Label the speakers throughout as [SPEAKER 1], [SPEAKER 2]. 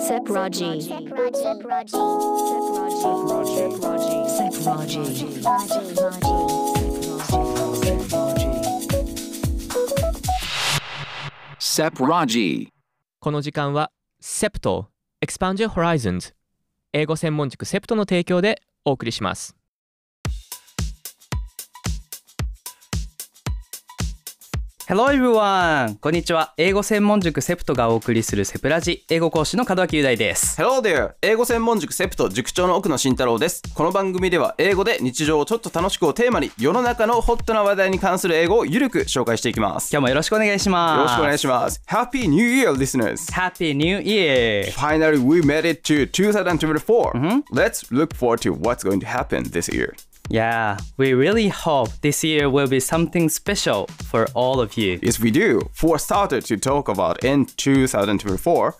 [SPEAKER 1] Sepraji. Sepraji. Sepraji.
[SPEAKER 2] Sepraji.
[SPEAKER 3] この時間は SEPT Expand Your Horizons 英語専門塾 SEPT の提供でお送りします
[SPEAKER 4] ロ e l l o everyone! こんにちは。英語専門塾セプトがお送りするセプラジ、英語講師の門脇雄大です。
[SPEAKER 5] Hello there! 英語専門塾セプト塾長の奥野慎太郎です。この番組では英語で日常をちょっと楽しくをテーマに世の中のホットな話題に関する英語をゆるく紹介していきます。
[SPEAKER 4] 今
[SPEAKER 5] よ
[SPEAKER 4] 日もよろしくお願いします。
[SPEAKER 5] ろしくお願い
[SPEAKER 4] し
[SPEAKER 5] します。Happy New Year, listeners!
[SPEAKER 4] ます。Happy New Year!
[SPEAKER 5] Finally, we made it to 2024. Let's look forward to what's going to happen this year.
[SPEAKER 4] Yeah, we really hope this year will be something special for all of you.
[SPEAKER 5] Yes, we do. For starter to talk about in 2024,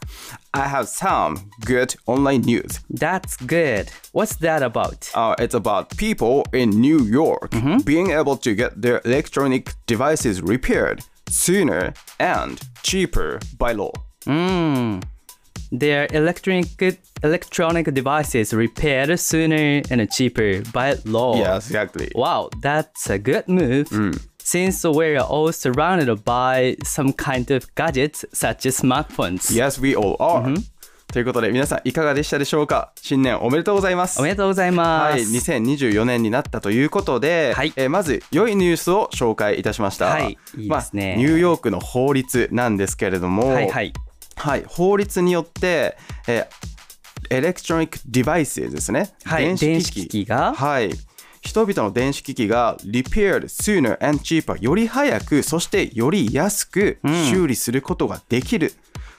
[SPEAKER 5] I have some good online news.
[SPEAKER 4] That's good. What's that about?
[SPEAKER 5] Uh, it's about people in New York being able to get their electronic devices repaired sooner and cheaper by law.
[SPEAKER 4] Their electronic electronic devices repaired sooner and cheaper by law.
[SPEAKER 5] Yes, exactly.
[SPEAKER 4] Wow, that's a good move. Since we're all surrounded by some kind of gadgets such as smartphones.
[SPEAKER 5] Yes, we all are. ということで皆さんいかがでしたでしょうか新年おめでとうございます。
[SPEAKER 4] おめでとうございま
[SPEAKER 5] はい、
[SPEAKER 4] す。
[SPEAKER 5] 2024年になったということで、
[SPEAKER 4] はい
[SPEAKER 5] えーまず良いニュースを紹介いたしました、
[SPEAKER 4] はいいいですね
[SPEAKER 5] まあ、ニューヨークの法律なんですけれども、
[SPEAKER 4] はいはい。
[SPEAKER 5] はい、法律によって、えー、エレクトロニック・デバイスですね、
[SPEAKER 4] はい電子機器が
[SPEAKER 5] はい、人々の電子機器が repaired sooner and cheaper より早くそしてより安く修理することができる、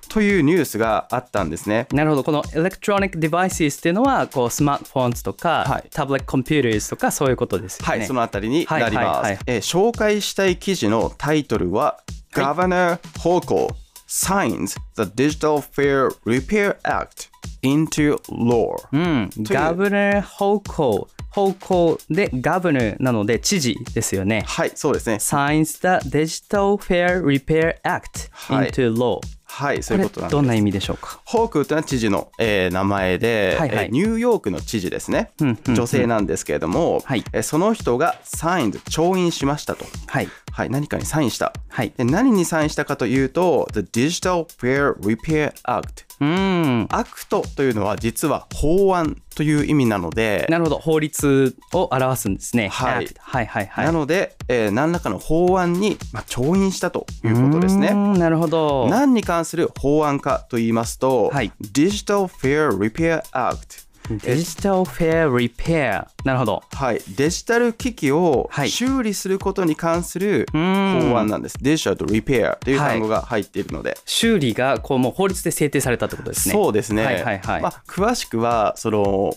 [SPEAKER 5] というニュースがあったんですね。
[SPEAKER 4] なるほど、この electronic devices っていうのは、こうスマートフォンとか、
[SPEAKER 5] はい
[SPEAKER 4] タブレットコンピューターとかそういうことですよね。
[SPEAKER 5] はい、そのあたりになり
[SPEAKER 4] はい
[SPEAKER 5] ま
[SPEAKER 4] はいはい
[SPEAKER 5] す。えー紹介したい記事のタイトルは、Governor Hochul signs the Digital Fair Repair Act into law、
[SPEAKER 4] うん、
[SPEAKER 5] という
[SPEAKER 4] ガブナー方向、方向でガブナーなので知事ですよね。
[SPEAKER 5] はい、そうですね。
[SPEAKER 4] Signs the Digital Fair Repair Act
[SPEAKER 5] はい
[SPEAKER 4] into law、
[SPEAKER 5] はい、そう
[SPEAKER 4] こ
[SPEAKER 5] い
[SPEAKER 4] れ
[SPEAKER 5] うことなんです
[SPEAKER 4] どんな意味でしょうか
[SPEAKER 5] ホークというのは知事の、えー名前で、
[SPEAKER 4] はいはい
[SPEAKER 5] えーニューヨークの知事ですね、
[SPEAKER 4] うんうんうん
[SPEAKER 5] 女性なんですけれども、
[SPEAKER 4] はい
[SPEAKER 5] えーその人がサインズ調印しましたと、
[SPEAKER 4] はい。
[SPEAKER 5] はい、何かにサインした、
[SPEAKER 4] はい
[SPEAKER 5] で何にサインしたかというと The Digital Fair Repair Act
[SPEAKER 4] うん。
[SPEAKER 5] アクトというのは実は法案という意味なので
[SPEAKER 4] なるほど、法律を表すんですね。
[SPEAKER 5] はい
[SPEAKER 4] Act はいはいはい。
[SPEAKER 5] なので、えー何らかの法案に、まあ、調印したということですね。
[SPEAKER 4] うんなるほど。
[SPEAKER 5] 何に関する法案かと言いますと、
[SPEAKER 4] はい
[SPEAKER 5] デジタルフェア・リペア・アクト。
[SPEAKER 4] デジタルフェアリペア。なるほど。
[SPEAKER 5] はい、デジタル機器を
[SPEAKER 4] はい
[SPEAKER 5] 修理することに関する法
[SPEAKER 4] ん
[SPEAKER 5] 案なんです。デジタルとリペアという単語が入っているので。
[SPEAKER 4] 修理がこうもう法律で制定されたってことですね。
[SPEAKER 5] そうですね、
[SPEAKER 4] はいはいはい。
[SPEAKER 5] まあ、詳しくはその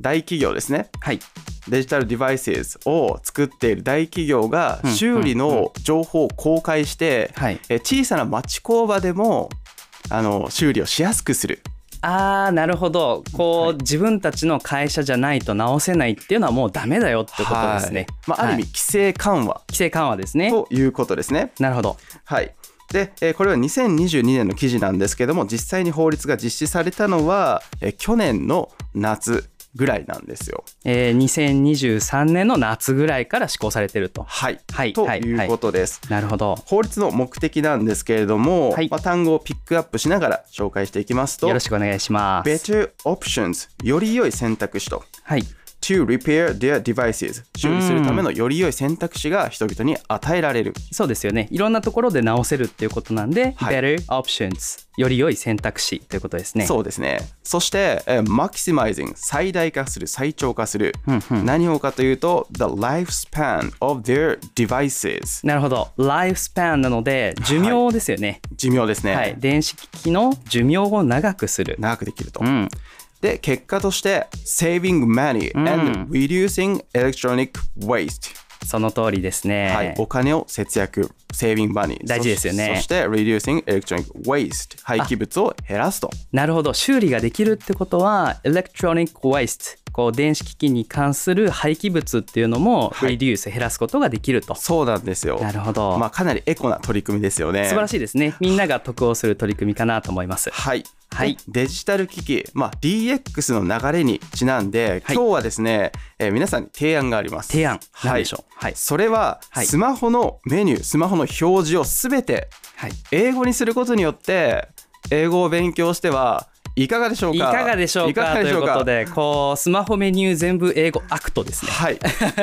[SPEAKER 5] 大企業ですね
[SPEAKER 4] はい。
[SPEAKER 5] デジタルデバイスを作っている大企業が
[SPEAKER 4] ん
[SPEAKER 5] 修理の情報を公開して、
[SPEAKER 4] はい
[SPEAKER 5] え小さな町工場でもあの修理をしやすくする
[SPEAKER 4] ああ、なるほど。こう、自分たちの会社じゃないと直せないっていうのはもうダメだよってことですね。
[SPEAKER 5] はいまあ、あ
[SPEAKER 4] は
[SPEAKER 5] る意味
[SPEAKER 4] い
[SPEAKER 5] 規制緩和
[SPEAKER 4] 規制緩和ですね。
[SPEAKER 5] ということですね。
[SPEAKER 4] なるほど。
[SPEAKER 5] はい。で、えーこれは2022年の記事なんですけども、実際に法律が実施されたのは、えー去年の夏ぐらいなんですよ。
[SPEAKER 4] えー、2023年の夏ぐらいから施行されてると。
[SPEAKER 5] はい。
[SPEAKER 4] はい
[SPEAKER 5] と
[SPEAKER 4] はい
[SPEAKER 5] いうことです。
[SPEAKER 4] なるほど。
[SPEAKER 5] 法律の目的なんですけれども、
[SPEAKER 4] はい
[SPEAKER 5] まあ、単語をピックアップしながら紹介していきますと
[SPEAKER 4] よろしくお願いします。
[SPEAKER 5] Better Options より良い選択肢と
[SPEAKER 4] はい。
[SPEAKER 5] To repair their devices 修理するためのより良い選択肢が人々に与えられる
[SPEAKER 4] そうですよね。いろんなところで直せるっていうことなんで、
[SPEAKER 5] はい
[SPEAKER 4] better options より良い選択肢ということですね。
[SPEAKER 5] そうですね。そして、えー maximizing 最大化する、最長化する。何をかというと、the lifespan of their devices。
[SPEAKER 4] なるほど。ライフスパンなので寿命ですよね。
[SPEAKER 5] 寿命ですね。
[SPEAKER 4] はい、電子機器の寿命を長くする。
[SPEAKER 5] 長くできると。
[SPEAKER 4] うん。
[SPEAKER 5] で、結果として、saving money
[SPEAKER 4] ん
[SPEAKER 5] and reducing electronic waste。
[SPEAKER 4] その通りですね。
[SPEAKER 5] はい、お金を節約、saving money。
[SPEAKER 4] 大事ですよね
[SPEAKER 5] そして、reducing electronic waste。廃棄物を減らすと。
[SPEAKER 4] なるほど。修理ができるってことは、electronic waste。こう電子機器に関する廃棄物っていうのも
[SPEAKER 5] はい
[SPEAKER 4] reduce 減らすことができると、
[SPEAKER 5] そうなんですよ
[SPEAKER 4] なるほど、
[SPEAKER 5] まあ、かなりエコな取り組みですよね
[SPEAKER 4] 素晴らしいですねみんなが得をする取り組みかなと思います
[SPEAKER 5] はい、
[SPEAKER 4] はい
[SPEAKER 5] でデジタル機器、まあ、DX の流れにちなんで、
[SPEAKER 4] はい
[SPEAKER 5] 今日はですね、えー皆さんに提案があります
[SPEAKER 4] 提案
[SPEAKER 5] はい
[SPEAKER 4] 何でしょうはい
[SPEAKER 5] それは、
[SPEAKER 4] はい
[SPEAKER 5] スマホのメニュースマホの表示をすべて
[SPEAKER 4] はい、
[SPEAKER 5] 英語にすることによって英語を勉強してはいかがでしょう
[SPEAKER 4] い
[SPEAKER 5] か
[SPEAKER 4] かがでしょうかと
[SPEAKER 5] いが
[SPEAKER 4] い
[SPEAKER 5] でし
[SPEAKER 4] う
[SPEAKER 5] ょう
[SPEAKER 4] こ
[SPEAKER 5] か
[SPEAKER 4] とでこうスマホメニュー全部英語アクトですね
[SPEAKER 5] はい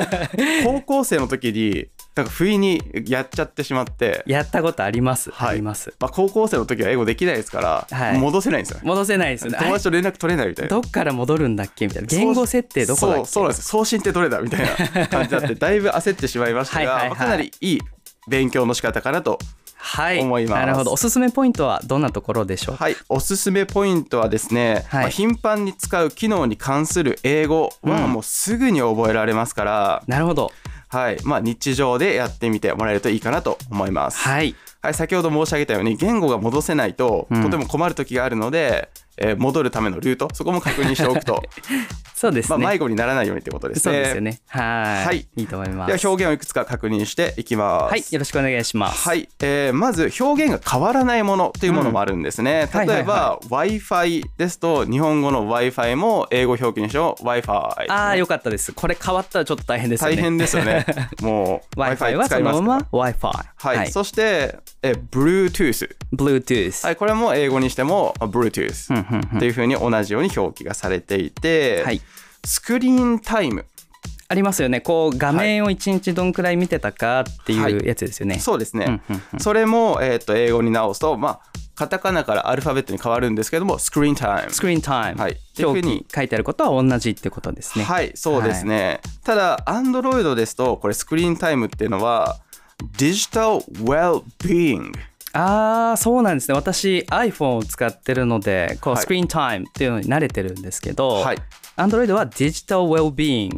[SPEAKER 5] 高校生の時になんか不意にやっちゃってしまって、
[SPEAKER 4] やったことあります、
[SPEAKER 5] はい
[SPEAKER 4] あります
[SPEAKER 5] まあ、高校生の時は英語できないですから、
[SPEAKER 4] はい
[SPEAKER 5] 戻せないんですよね
[SPEAKER 4] 戻せないですよね
[SPEAKER 5] 友達と連絡取れないみたい
[SPEAKER 4] あれ
[SPEAKER 5] な
[SPEAKER 4] どっから戻るんだっけみたいな言語設定どこだっけ
[SPEAKER 5] そうそうなんです送信ってどれだみたいな感じ だってだいぶ焦ってしまいましたが
[SPEAKER 4] はいはいはい
[SPEAKER 5] まあかなりいい勉強の仕方かなと
[SPEAKER 4] はい
[SPEAKER 5] 思います
[SPEAKER 4] なるほどおすすめポイントはどんなところでしょうか
[SPEAKER 5] はい、おすすめポイントはですね、
[SPEAKER 4] はい
[SPEAKER 5] まあ頻繁に使う機能に関する英語は
[SPEAKER 4] うん
[SPEAKER 5] もうすぐに覚えられますから、
[SPEAKER 4] なるほど
[SPEAKER 5] はいまあ、日常でやってみてもらえるといいかなと思います、はい
[SPEAKER 4] はい
[SPEAKER 5] 先ほど申し上げたように言語が戻せないと、
[SPEAKER 4] うん
[SPEAKER 5] とても困る時があるので、えー戻るためのルートそこも確認しておく と、
[SPEAKER 4] そうです
[SPEAKER 5] まあ、
[SPEAKER 4] ね、
[SPEAKER 5] 迷子にならないようにってことです
[SPEAKER 4] そう
[SPEAKER 5] ね
[SPEAKER 4] ですよねはい
[SPEAKER 5] はい
[SPEAKER 4] いいと思います
[SPEAKER 5] では表現をいくつか確認していきます
[SPEAKER 4] はいよろしくお願いします
[SPEAKER 5] はい、えーまず表現が変わらないものというものもあるんですね。
[SPEAKER 4] うん
[SPEAKER 5] 例え
[SPEAKER 4] は
[SPEAKER 5] ば、Wi-Fi ですと日本語の Wi-Fi も英語表記にしよう Wi-Fi ですね、
[SPEAKER 4] ああよかったですこれ変わったらちょっと大変ですよね
[SPEAKER 5] 大変ですよ ね。もう
[SPEAKER 4] Wi-Fi
[SPEAKER 5] Wi-Fi
[SPEAKER 4] は
[SPEAKER 5] 使
[SPEAKER 4] そ
[SPEAKER 5] いま
[SPEAKER 4] の
[SPEAKER 5] すか
[SPEAKER 4] ま
[SPEAKER 5] ら
[SPEAKER 4] ま Wi-Fi
[SPEAKER 5] はい、そして、えー Bluetooth、
[SPEAKER 4] Bluetooth
[SPEAKER 5] はい、これも英語にしてもまあ
[SPEAKER 4] うん
[SPEAKER 5] Bluetooth
[SPEAKER 4] うんうん
[SPEAKER 5] っていうふうに同じように表記がされていて、
[SPEAKER 4] はい
[SPEAKER 5] スクリーンタイム
[SPEAKER 4] ありますよねこう画面を一日どんくらい見てたかって
[SPEAKER 5] はい
[SPEAKER 4] いう
[SPEAKER 5] は
[SPEAKER 4] やつですよね、
[SPEAKER 5] そうですね、
[SPEAKER 4] うんうんうん
[SPEAKER 5] それも、えー、と英語に直すと、まあ、カタカナからアルファベットに変わるんですけどもスクリーンタイム
[SPEAKER 4] スクリーンタイム、
[SPEAKER 5] は
[SPEAKER 4] 表
[SPEAKER 5] いっていうふう
[SPEAKER 4] 記
[SPEAKER 5] に
[SPEAKER 4] 書いてあることは同じってことですね、
[SPEAKER 5] はいそうですね、ただ Android ですとこれスクリーンタイムっていうのは Digital Wellbeing
[SPEAKER 4] ああそうなんですね私 iPhone を使ってるのでこう
[SPEAKER 5] はい
[SPEAKER 4] スクリーンタイムっていうのに慣れてるんですけど、
[SPEAKER 5] はい
[SPEAKER 4] Android は Digital Wellbeing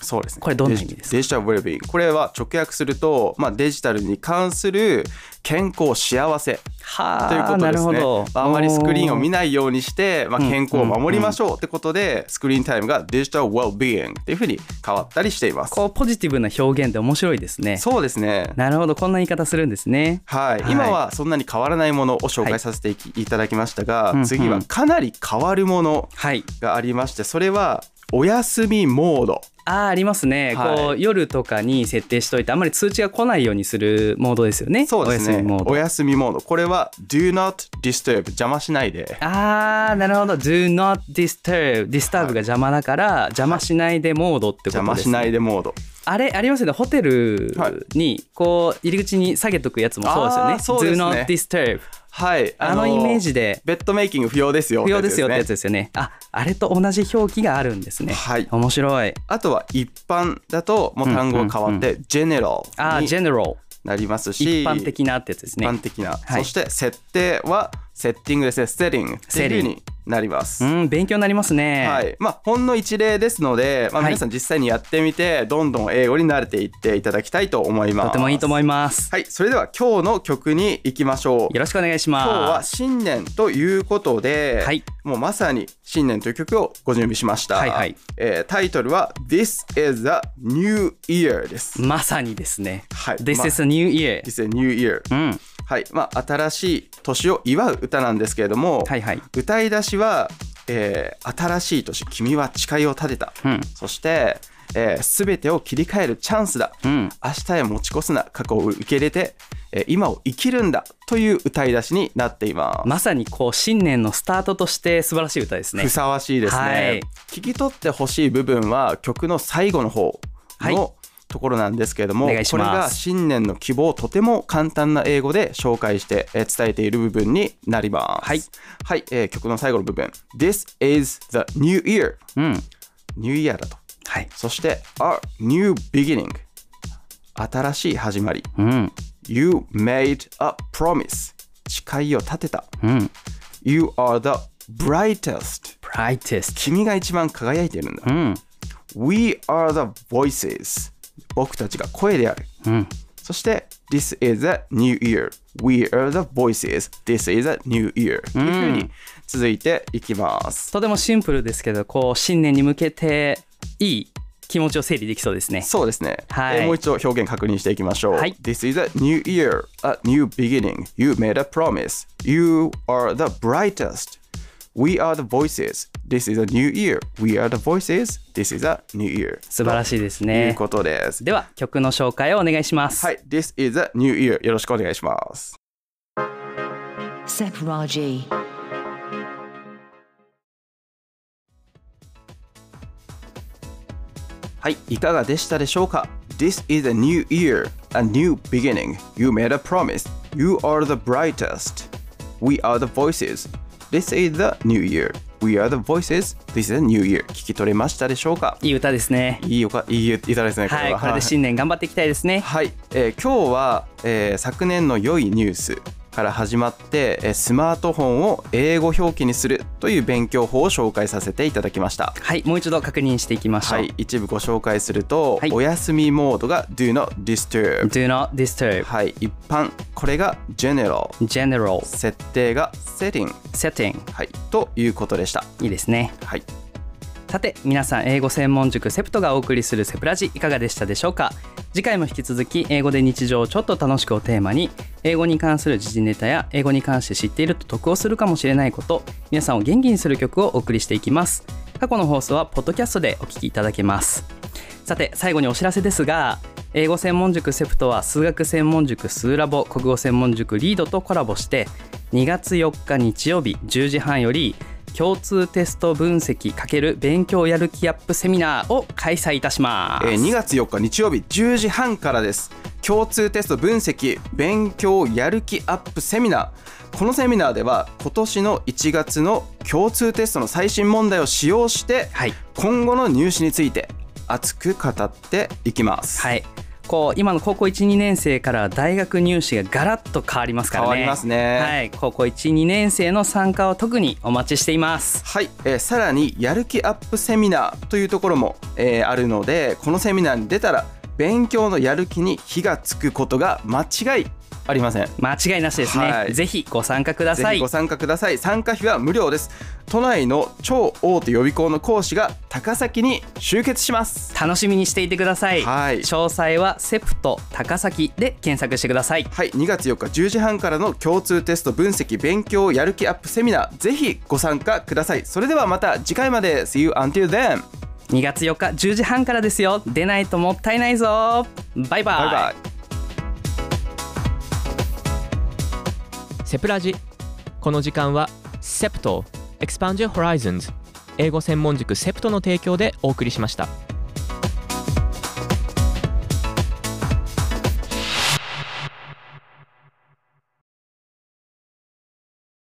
[SPEAKER 5] そうですね
[SPEAKER 4] これどんな意味ですか
[SPEAKER 5] デジタル Wellbeing これは直訳すると、まあ、デジタルに関する健康幸せ
[SPEAKER 4] はあ
[SPEAKER 5] ということ
[SPEAKER 4] な
[SPEAKER 5] で
[SPEAKER 4] る
[SPEAKER 5] す
[SPEAKER 4] ほ
[SPEAKER 5] ね
[SPEAKER 4] ど
[SPEAKER 5] まああまりスクリーンを見
[SPEAKER 4] な
[SPEAKER 5] ないようにして、まあ、
[SPEAKER 4] うん
[SPEAKER 5] 健康を守りましょうってことで、スクリーンタイムがデジタル Wellbeing っていうふうに変わったりしています
[SPEAKER 4] こうポジティブな表現で面白いですね
[SPEAKER 5] そうですね
[SPEAKER 4] なるほどこんな言い方するんですね
[SPEAKER 5] はい、
[SPEAKER 4] はい
[SPEAKER 5] 今はそんなに変わらないものを紹介させていきいただきましたが、
[SPEAKER 4] うんうん
[SPEAKER 5] 次はかなり変わるもの
[SPEAKER 4] はい
[SPEAKER 5] がありましてそれはお休みモード
[SPEAKER 4] あーありますね、
[SPEAKER 5] はい
[SPEAKER 4] こう夜とかに設定しといてあんまり通知が来ないようにするモードですよね
[SPEAKER 5] そうです
[SPEAKER 4] お休
[SPEAKER 5] ね
[SPEAKER 4] みモー
[SPEAKER 5] お
[SPEAKER 4] ド
[SPEAKER 5] 休みモードこれは Do not disturb 邪魔しないで
[SPEAKER 4] あーなるほど Do not disturb disturb が邪魔だから、邪魔しないでモードってことです、ね、
[SPEAKER 5] 邪魔しないでモード
[SPEAKER 4] あれありますよねホテルにこう入り口に下げとくやつもそうですよ
[SPEAKER 5] あ
[SPEAKER 4] ね
[SPEAKER 5] ーそうですね
[SPEAKER 4] Do not disturb
[SPEAKER 5] はい
[SPEAKER 4] あのイメージ
[SPEAKER 5] で
[SPEAKER 4] で
[SPEAKER 5] ベッドメイキング不要ですよ
[SPEAKER 4] 不要ですよってやつ
[SPEAKER 5] ね
[SPEAKER 4] ですよねああれと同じ表記があるんですね
[SPEAKER 5] はい
[SPEAKER 4] 面白い
[SPEAKER 5] あとは一般だともう単語が変わって general
[SPEAKER 4] あー
[SPEAKER 5] に
[SPEAKER 4] general
[SPEAKER 5] なりますし
[SPEAKER 4] 一般的なってやつです
[SPEAKER 5] 一
[SPEAKER 4] ね
[SPEAKER 5] 般的な、
[SPEAKER 4] はい
[SPEAKER 5] そして設定はセッティングですねセッティングっていうふうになります
[SPEAKER 4] うん勉強になりますね
[SPEAKER 5] はいまあ、ほんの一例ですので、まあ、
[SPEAKER 4] はい
[SPEAKER 5] 皆さん実際にやってみて、どんどん英語に慣れていっていただきたいと思います
[SPEAKER 4] とてもいいと思います
[SPEAKER 5] はいそれでは今日の曲に行きましょう
[SPEAKER 4] よろしくお願いし
[SPEAKER 5] 今日
[SPEAKER 4] ま
[SPEAKER 5] は
[SPEAKER 4] す
[SPEAKER 5] 新年ということで、
[SPEAKER 4] はい
[SPEAKER 5] もうまさに新年という曲をご準備しました、
[SPEAKER 4] はいはい
[SPEAKER 5] えータイトルは This is a new year です、
[SPEAKER 4] まさにですね
[SPEAKER 5] はい
[SPEAKER 4] This
[SPEAKER 5] まあ
[SPEAKER 4] is a new year
[SPEAKER 5] This is a new year
[SPEAKER 4] うん
[SPEAKER 5] はいまあ新しい年を祝う歌なんですけれども、
[SPEAKER 4] はいはい
[SPEAKER 5] 歌い出しは、えー新しい年君は誓いを立てた」
[SPEAKER 4] うん
[SPEAKER 5] そして、えー、全てを切り替えるチャンスだ、
[SPEAKER 4] うん
[SPEAKER 5] 明日へ持ち越すな過去を受け入れて、えー今を生きるんだという歌い出しになっています、
[SPEAKER 4] まさにこう新年のスタートとして素晴らしい歌ですね
[SPEAKER 5] ふさわしいですね、
[SPEAKER 4] はい
[SPEAKER 5] 聞き取ってほしい部分は曲の最後の方の、
[SPEAKER 4] はい
[SPEAKER 5] ところなんですけれども
[SPEAKER 4] お願いし
[SPEAKER 5] こ
[SPEAKER 4] ま
[SPEAKER 5] れ
[SPEAKER 4] す
[SPEAKER 5] が新年の希望をとても簡単な英語で紹介して、えー伝えている部分になります
[SPEAKER 4] はい、
[SPEAKER 5] はいえー曲の最後の部分 This is the new year
[SPEAKER 4] うん
[SPEAKER 5] ニューイヤーだと
[SPEAKER 4] はい
[SPEAKER 5] そして A new beginning 新しい始まり
[SPEAKER 4] うん。
[SPEAKER 5] You made a promise 誓いを立てた
[SPEAKER 4] うん。
[SPEAKER 5] You are the brightest
[SPEAKER 4] brightest。
[SPEAKER 5] 君が一番輝いているんだ
[SPEAKER 4] うん。
[SPEAKER 5] We are the voices 僕たちが声である
[SPEAKER 4] うん。
[SPEAKER 5] そして This is a new year We are the voices This is a new year というふうに続いていきます、
[SPEAKER 4] とてもシンプルですけどこう新年に向けていい気持ちを整理できそうですね
[SPEAKER 5] そうですね、
[SPEAKER 4] はい
[SPEAKER 5] えーもう一度表現確認していきましょう、
[SPEAKER 4] はい
[SPEAKER 5] This is a new year A new beginning You made a promise You are the brightest We are the voices This is a new year We are the voices This is a new year
[SPEAKER 4] 素晴らしいです
[SPEAKER 5] という
[SPEAKER 4] ね
[SPEAKER 5] ことです
[SPEAKER 4] では曲の紹介をお願いします、
[SPEAKER 5] はい This is a new year よろしくお願いします
[SPEAKER 1] Sepraji.
[SPEAKER 5] はい、いかがでしたでしょうか ?This is a new year, a new beginning. You made a promise. You are the brightest. We are the voices. This is the new year. We are the voices. This is a new year. 聞き取れましたでしょうか
[SPEAKER 4] いい歌ですね
[SPEAKER 5] いいよかいい歌ですね、これは。
[SPEAKER 4] はいこれで新年頑張っていきたいですね
[SPEAKER 5] はい、えー今日は、えー昨年の良いニュースから始まって、えースマートフォンを英語表記にするという勉強法を紹介させていただきました。
[SPEAKER 4] はいもう一度確認していきましょう、
[SPEAKER 5] はい、一部ご紹介すると、
[SPEAKER 4] はい
[SPEAKER 5] お休みモードが Do not disturb、
[SPEAKER 4] Do not disturb
[SPEAKER 5] はい、一般これが General
[SPEAKER 4] General
[SPEAKER 5] 設定が Setting、
[SPEAKER 4] Setting
[SPEAKER 5] はい、ということでした、
[SPEAKER 4] いいですね
[SPEAKER 5] はい、
[SPEAKER 4] さて皆さん英語専門塾セプトがお送りするセプラジいかがでしたでしょうか次回も引き続き英語で日常をちょっと楽しくをテーマに英語に関する時事ネタや英語に関して知っていると得をするかもしれないこと皆さんを元気にする曲をお送りしていきます過去の放送はポッドキャストでお聞きいただけますさて最後にお知らせですが英語専門塾セプトは数学専門塾スーラボ国語専門塾リードとコラボして2月4日日曜日10時半より共通テスト分析×勉強やる気アップセミナーを開催いたします、
[SPEAKER 5] えー2月4日日曜日10時半からです共通テスト分析勉強やる気アップセミナーこのセミナーでは今年の1月の共通テストの最新問題を使用して
[SPEAKER 4] はい
[SPEAKER 5] 今後の入試について熱く語っていきます、
[SPEAKER 4] はいこう今の高校12年生から大学入試がガラッと変わりますからね
[SPEAKER 5] 変わりますね
[SPEAKER 4] はい、高校12年生の参加を特にお待ちしています
[SPEAKER 5] はい、えーさらにやる気アップセミナーというところも、えーあるのでこのセミナーに出たら勉強のやる気に火がつくことが間違いありません
[SPEAKER 4] 間違いなしですね、
[SPEAKER 5] はい
[SPEAKER 4] ぜひご参加くだ
[SPEAKER 5] ぜ
[SPEAKER 4] さ
[SPEAKER 5] ひ
[SPEAKER 4] い
[SPEAKER 5] ご参加ください参加費は無料です都内の超大手予備校の講師が高崎に集結します
[SPEAKER 4] 楽しみにしていてください、
[SPEAKER 5] はい
[SPEAKER 4] 詳細はセプト高崎で検索してください
[SPEAKER 5] はい2月4日10時半からの共通テスト分析勉強やる気アップセミナーぜひご参加くださいそれではまた次回まで See you until then
[SPEAKER 4] 2月4日10時半からですよ出ないともったいないぞバイバイ
[SPEAKER 5] バイバイ
[SPEAKER 3] セプラジこの時間はセプト Expand Your Horizons 英語専門塾セプトの提供でお送りしました。